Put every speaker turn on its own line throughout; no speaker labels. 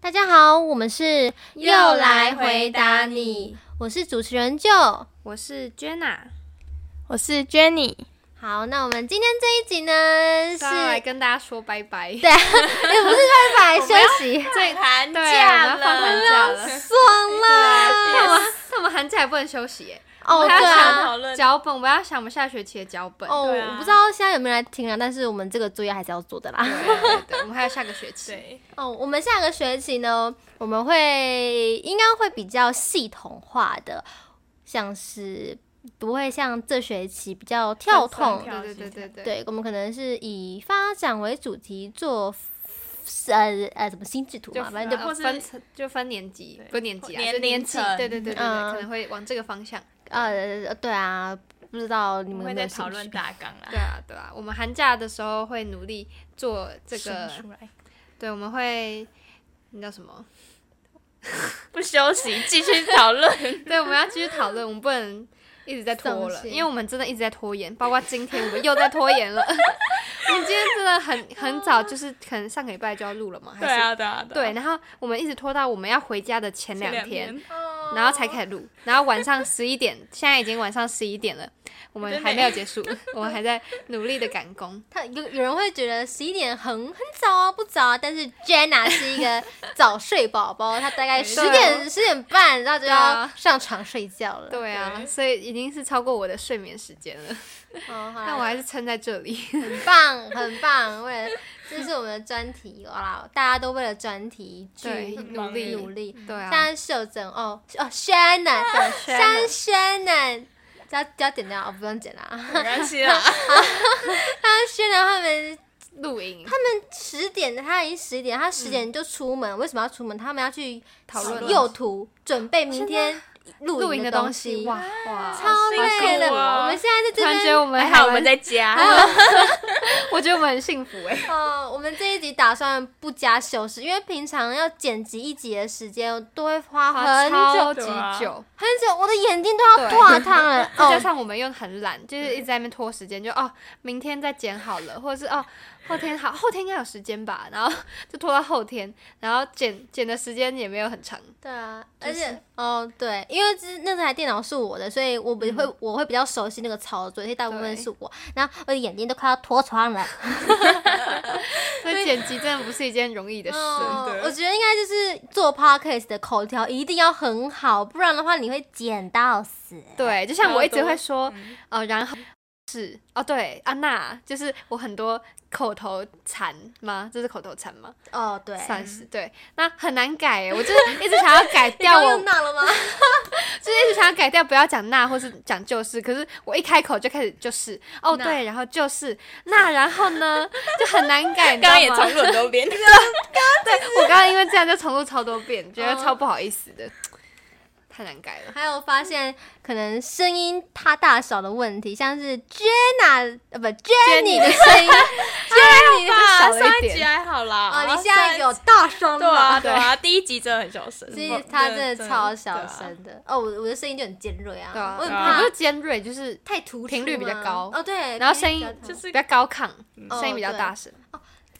大家好，我们是
又来回答你，
我是主持人就
我是 Jenna，
我是 Jenny，
好。那我们今天这一集呢是，
是来跟大家说拜 拜。
对，也不是拜拜休 息，
最寒
假
我们要放
了
寒 假了，
爽啦！
但我们但我们寒假也不能休息耶，
哦，
我们
对
还要
啊
想，讨
想
论
脚本，我们要想我们下学期的脚本。
哦，
对啊
我不知道现在有没有来听啊，但是我们这个作业还是要做的啦。
对对对，我们还有下个学期。
对，
哦，我们下个学期呢，我们会应该会比较系统化的，像是不会像这学期比较跳
分
痛
散跳，
对对对对对，
对我们可能是以发展为主题做 f- 呃呃怎么心智图
就
嘛，反正就
或
呃
是
分层就分年级
对，
不是年级啊，
年
就年
龄
级
层。
对对对对对，
嗯
可能会往这个方向。
呃对啊，不知道你
我们
们有
会
没
在
有
讨
兴
论
趣？
大纲啦，
对啊对啊，我们寒假的时候会努力做这
生，
个
出来
对，我们会。那叫什么？
不休息，继续讨论。
对，我们要继续讨论，我们不能一直在拖
松
了，
懈
因为我们真的一直在拖延，包括今天我们又在拖延了。 我们今天真的很很
啊
早，就是可能上个礼拜就要录了嘛， 还是
对啊，对啊，
对，
啊，
然后我们一直拖到我们要回家的前两
前
天，
天，
然后才开始录，然后晚上十一点，现在已经晚上十一点了，我们
真的
还没有结束，我们还在努力的赶工。
他有有人会觉得十一点很很早啊，不早啊。但是 Jenna 是一个早睡宝宝，她大概十点十点半，然后就要
啊
上床睡觉了。
对啊，
对
所以已经是超过我的睡眠时间了，
哎
哦，好啦
但我还是撑在这里。
很棒，很棒！为了这是我们的专题哇啦，大家都为了专题
对
去
努
力
努力。
对
嗯
啊，
像秀珍哦哦，Shannon，像 Shannon，只要只要剪掉哦，不用剪 啦。
没关系啦。
像 Shannon 他们
露营
十点，他已经十点，他十点就出门，为什么要出门？他们要去
嗯讨论
右图，准备明天
露
露
营
营
的
的
东
东
西，
西，
哇哇，
超累的。
辛苦哦
我们现在在
啊突
这
然
边
觉哎得我们
还好我
蛮
们，在家，
我觉得我们很幸福 哎。
哦，我们这一集打算不加修饰，因为平常要剪辑一集的时间都会花很久
超
久
级
对啊
久，
很久，我的眼睛都要脱汤 了。
再加
哦，
上我们又很懒，就是一直在那边拖时间，就哦明天再剪好了，或者是哦后天好，后天应该有时间吧，然后就拖到后天，然后剪剪的时间也没有很长，
对啊，
就
而
是
且哦对，因为这那台电脑是我的，所以我比会、我会比较熟悉那个操作，所以大部分
对
是我。然后我的眼睛都快要脱窗了。
所以剪辑真的不是一件容易的事。
哦
的，
我觉得应该就是做 podcast 的口条一定要很好，不然的话你会剪到死。
对，就像我一直会说，
嗯
呃，然后是哦，对，安娜，就是我很多口头禅吗？这是口头禅吗？
哦，对，
算是对，那很难改欸耶，我就是一直想要改掉
要
我
用到了吗？
就是一直想要改掉，不要讲那或是讲就是，可是我一开口就开始就是哦
那
对，然后就是那然后呢就很难 改，你
刚刚也
知道
重
吗？
录很多遍。
我刚刚因为这样就重录超多遍，觉得
哦
超不好意思的，太难改了。
还有发现可能声音它大小的问题，像是 Jenna 呃不 Jenny 的声音，Jenny 的
少
啊，
了一
上一
点
集还好啦。
哦，你现
上一
在
集
有大声
对啊，
了，
对啊，第一集真的很小声，
其实他真的超小
对啊。
声的。哦，我我的声音就很尖锐啊，
对啊，
我很
对
也
怕
不是尖锐，就是
太突出嘛
频率比较高
哦，对，
然后
频
声
率比
音
较高
就是比较高亢，
嗯
哦
声音比较
对
大声。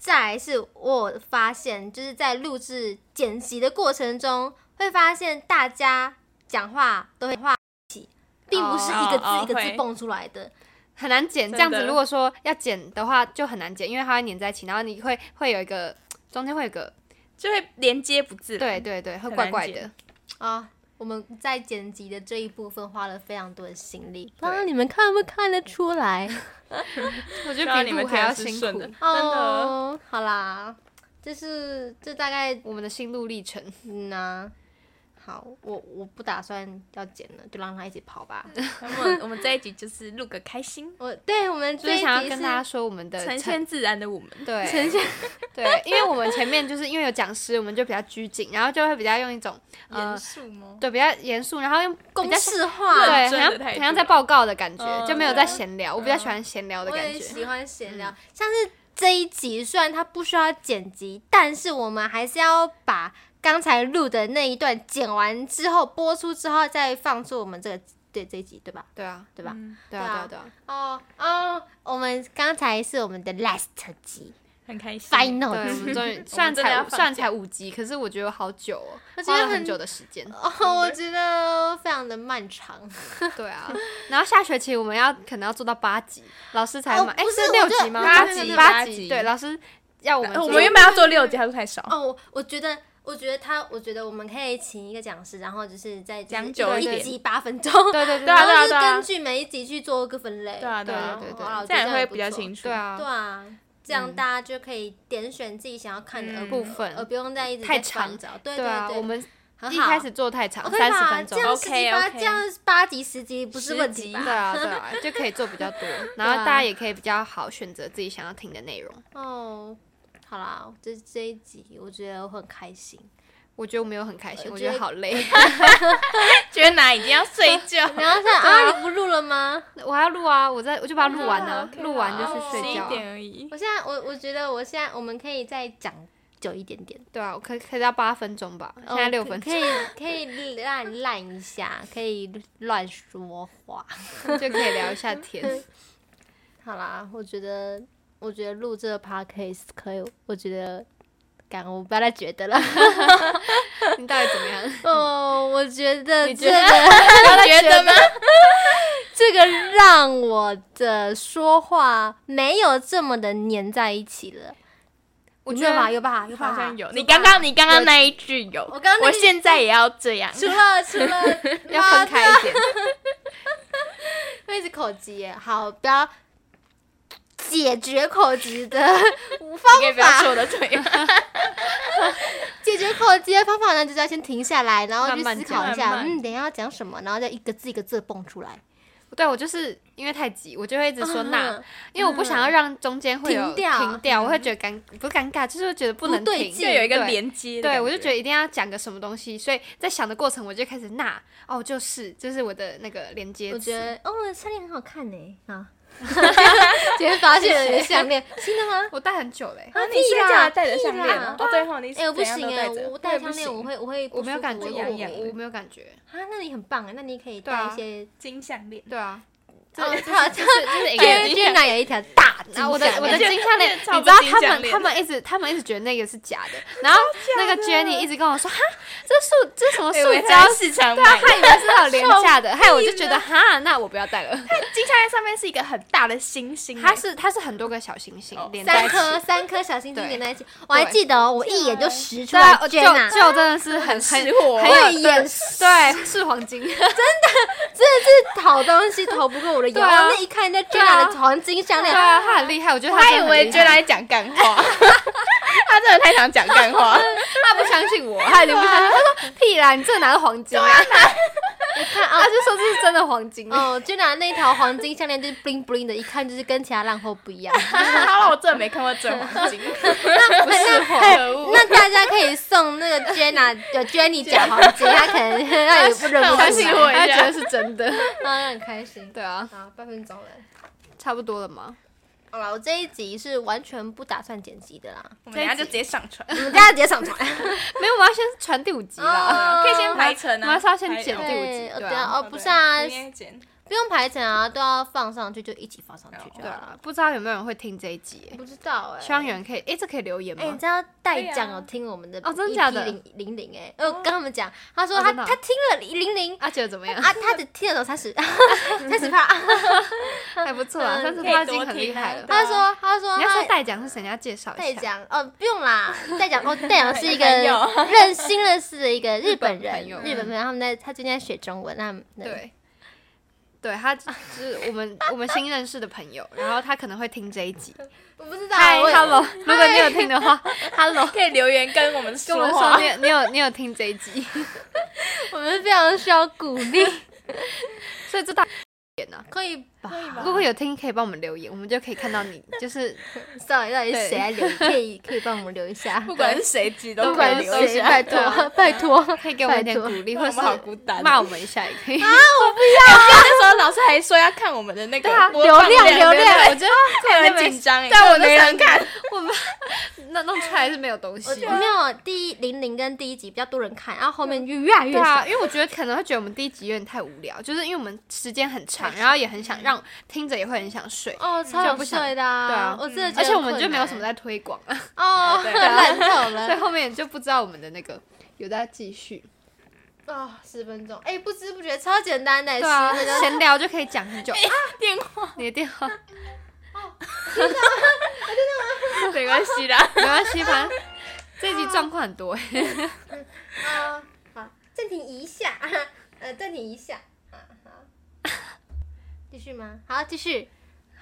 再来是我有发现，就是在录制剪辑的过程中，会发现大家讲话都会话起，并不是一个字
哦哦
一个字
会
蹦出来的。
很难剪，
真的
这样子如果说要剪的话就很难剪，因为它会粘在一起，然后你会会有一个中间会有一个，
就会连接不自然。
对对对，会
很
怪
难
怪
剪
的。
啊，我们在剪辑的这一部分花了非常多的心力，不
对
知道你们看不看得出来？
我觉
希
得
望你
比录
们
还
听
要
得是
辛
顺
苦
的，真。的。
哦，好啦，就是这大概
我们的心路历程。
嗯呐、好，我我不打算要剪了，就让它一起跑吧。，
嗯
那么我们这一集就是录个开心
我对我们
就
这
是
一
想要
集
跟
是
大家说我们的
呈现自然的我们。
对
呈现
对，因为我们前面就是因为有讲师，我们就比较拘谨，然后就会比较用一种呃
肃吗？
对比较严肃，然后用比
公
较
式
对，
化，
好
认真
像
的态
好
度
像在报告的感觉，
嗯
就没有在闲聊。我比较
嗯
喜欢闲聊的
我
感
也
觉。
喜欢闲聊，嗯像是这一集虽然它不需要剪辑，但是我们还是要把刚才录的那一段剪完之后播出之后再放出我们这个对这一集对吧？
对啊，
对吧？
嗯
对
对
啊，对
啊
啊，对啊。
哦哦，我们刚才是我们的 last 集，
很开心。
嗯对，我
final
们终于
我
虽然
们真的
才
要
五虽
放
然才五集，可是我觉得好久哦，
我觉
花
得
了很
很
久的时间。
哦，我觉得非常的漫长。
对啊，然后下学期我们要可能要做到八集，老师才
哦
满，哎、
不是
是六
我觉得
集吗？
八
对对
集
对
八
八
集
对，老师要我们
呃
做，
我们原本要做六集，他说太少。
哦，我我觉得。我觉得他，我觉得我们可以请一个讲师，然后就是在
讲久
一
一
点
集八分钟，
对对对
对啊
然后就
对啊
根据每一集去做一个分类。
对啊对
啊
哦
对对对
好啦我觉
这
得
样
还
会
不
比较
错
清楚。
对，啊，
对啊，这样大家就可以点选自己想要看的
嗯
而不
部分
而不用再一直
太
在翻
长
找。对
对啊，哦
对，
我们
很
一
好
开始做太长，
OK
三十
吧？
分
啊这
钟。
样十集八，
OK，OK
这样八集十集不是问
十
题
集
吧？
对啊，对啊， 就可以做比较多，然后大家也可以比较好选择自己想要听的内容。
哦，好啦，这这一集我觉得我很开心，
我觉得我没有很开心，
我
我
觉
觉
得
得好累，
觉得哪已经要睡觉，
然后想啊，你不录了吗？
我还要录啊，我在我就把它录完
啊
呢，
，OK
录完 就去
十
睡觉
一
啊。
点而 已。
我现在我我觉得我现在我们可以再讲久一点点，
对啊，我可以可以到八分钟吧，现
哦
在六分钟
可以可以可以烂烂一下， 可以乱说话。
就可以聊一下天。
好啦，我觉得，我觉得录这个 podcast 可以，我觉得，感我不要再觉得了。
你到底怎么样？
哦，我觉得
你
这
觉
个
你觉得吗？
这个让我的说话没有这么的粘在一起了。
我
你
觉
没有吧，
得
有吧，有吧，
好像有
你刚刚你刚刚那一句有，
我刚刚那
我
句
现在也要这样，
除了除了
要分开 一点。
会一直口急耶。好，不要解决口急的方
你可以不要
法
说，我的腿。
解决口急的方法呢，就是要先停下来，然后去
慢慢
思考一下，
讲慢慢
嗯，等一下要讲什么，然后再一个字一个字蹦出来。
对我就是因为太急，我就会一直说那
嗯，
因为我不想要让中间会有
停掉
啊停掉，我会觉得尴不是尴尬，就是会觉得不能
不对
停，
劲
就有一个
对。
连接的感。
对，我就觉得一定要讲个什么东西，所以在想的过程我就开始那哦，就是这是我的那个连接词。
我觉得哦，项链很好看呢。啊，今天发现了你的项链，新的吗？
我戴很久嘞，
啊，你
屁
是
啦
这样戴着项
屁啦
链哦，哦对吼，你
哎，我不行
哎
哎，，我戴项链
我也
我
不行
会我会
我没有感觉，
不舒
痒
服
痒
我
的
我没有感 觉。
啊，那你很棒哎，那你可以
对啊
戴一些
金项链。
对啊，
哦，他
就是就是一个
就是俊男有一条大金
然后我的
项
我的
链，
金项 链，你知
超
道
不金
他
项
们
链
他们一直他们一直觉得那个是 假的，哎然后那个 Jenny 一直跟我说哈，这塑这什么塑
我以为
胶
它，是市场
对啊，
买的，
他以为是很 廉价的，害我就觉得哈，那我不要戴 了。
金项链上面是一个很大的星星，
它是它是很多个小星星
哦
连在
三
一起，
颗三颗小星星
对
连在一起，我还记得哦，我一眼就识出
对
来
啊，就
Jenna，
就真的是 很
识
很
货
很有
慧眼
对 是黄金，
真的是好东西逃不过 我的眼，
对啊
哇那一看那
啊
Jenna 的黄金项
对
链，
啊，他很厉害，我觉得他
他以
真的很
为
厉
就
害
来讲干话，他真的太想讲干话 了。
他不相信我，他已经不相 信，他说屁啦，你这哪是黄金啊？
一看
他
啊。
就说这是真的黄金，
哦，就拿那条黄金项链，就是 bling bling 的，一看就是跟其他烂货不一 样。
他让我真的没看过这黄金，
不是
可恶。
那大家可以送那个 Jenna 有 Jenny 假黄金，她可能她也不忍不
相
住
信
买，
我一
他
下
觉得是真的。
她很开心。
对啊，
好，八分钟了。
差不多了吗？
好了，我这一集是完全不打算剪辑的啦，
我们等一下就直接上传，
我们大家直接上传。
没有，我要先传第五集啦。
可以先排程
我
啊。
们还是要先剪
排
第五
哦对，
集
呃
对
对
啊
啊，哦，
对
不是啊，
明天剪
不用排程啊，都要放上去，就一起放上去就
对
好了。
啊，不知道有没有人会听这一集耶？
不知道哎、
希望有人可以，哎，这可以留言
哎、你
吗？
知道戴酱
对
有
啊
听我们的
哦真的假的
零零零哎，呃我跟他们讲，他说
哦
他、
真的啊
他听了零 零
阿杰怎么样？
啊，他只听得懂三 十三十趴，
还不错
嗯
啊，但是
可以
他已
多
经很
听
厉
啊
害了。
他说他说
你要说
他。
代讲是谁？你要介绍
戴
一下。
酱哦，不用啦，戴酱哦，戴酱是一个
朋友
认新认识的一个日本人，
日本朋友
日本朋友，他们在他最近在学中文，他们，
对，对他 就是我们我们新认识的朋友，然后他可能会听这一集。
我不知道，
嗨
我
，Hello，如 果你有听的 话，
，Hello，可以留言跟我们
跟
说
我们说
话
你。有你有你有听这一集，
我们非常需要鼓励，
所以这大点呢。
可以吧？
如果有听，可以帮我们留言，我们就可以看到你，就是
到底到底是
对
谁来留？可以可以帮我们留一下，
不管是谁集都
不管
可以
是
留
谁，
下。
拜 托拜托，
可以给我们一点
拜
鼓
托
励，
我
或
们
者
好
是
孤单，
骂我们一下也可以。
那时候老师还说要看我们的那个
对啊
播放
流量
对不对
流量
我觉得特别紧张哎，
对我
没人看，
我们 那弄出来是没有东西。
我没有第一零零跟第一集比较多人看，然后后面就越来越
对
少
啊，。因为我觉得可能会觉得我们第一集有点太无聊，就是因为我们时间很长，然后也很想让听着也会很想睡，
哦，超有
不想
睡的、啊，
对啊
我真的觉得
嗯而且我
很
们
困
就没有什么
难
在推广啊，
哦， 烂透
所以
了。
后面就不知道我们的那个有在继续。
哦，十分钟，哎、不知不觉超简单的，十
对啊
分钟，，
闲聊就可以讲很 久。啊，电话，你的电话
没关系啦。
没关系，反正这集状况很多欸。
啊，好，暂停一下， 呃，暂停一下，啊，好，继续吗？好，继续。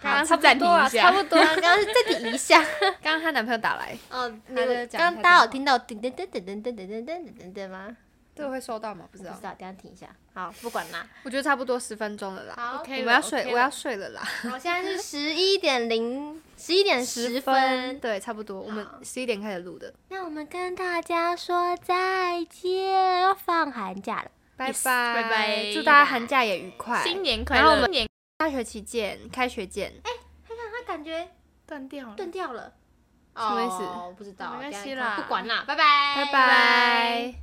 好
刚刚
差不
暂
多
停一
啊
下
差不多。
刚刚是暂停一下。
刚刚她男朋友打来，
哦，你
他在
们
讲
刚刚
他在
大家有
忙
听到噔噔噔噔噔噔噔噔噔噔噔吗？
这个会收到吗？不知
不
道
知，道，等一下停一下。好，不管啦。
我觉得差不多十分钟了啦。
好
我们要睡，我要睡了啦。
我现在是十一点零，十一点十分。
对，差不多。我们十一点开始录的，
那我们跟大家说再见，要放寒假了。
拜
Yes，
拜
拜拜
祝大家寒假也愉快，
新年快
然后
乐！
我们
新年
下学期见，开学见。
那啊感觉
断掉了。
断掉了，什哦
么意思
不知道，
没关系
等一下
啦
不管啦，拜拜，
拜拜。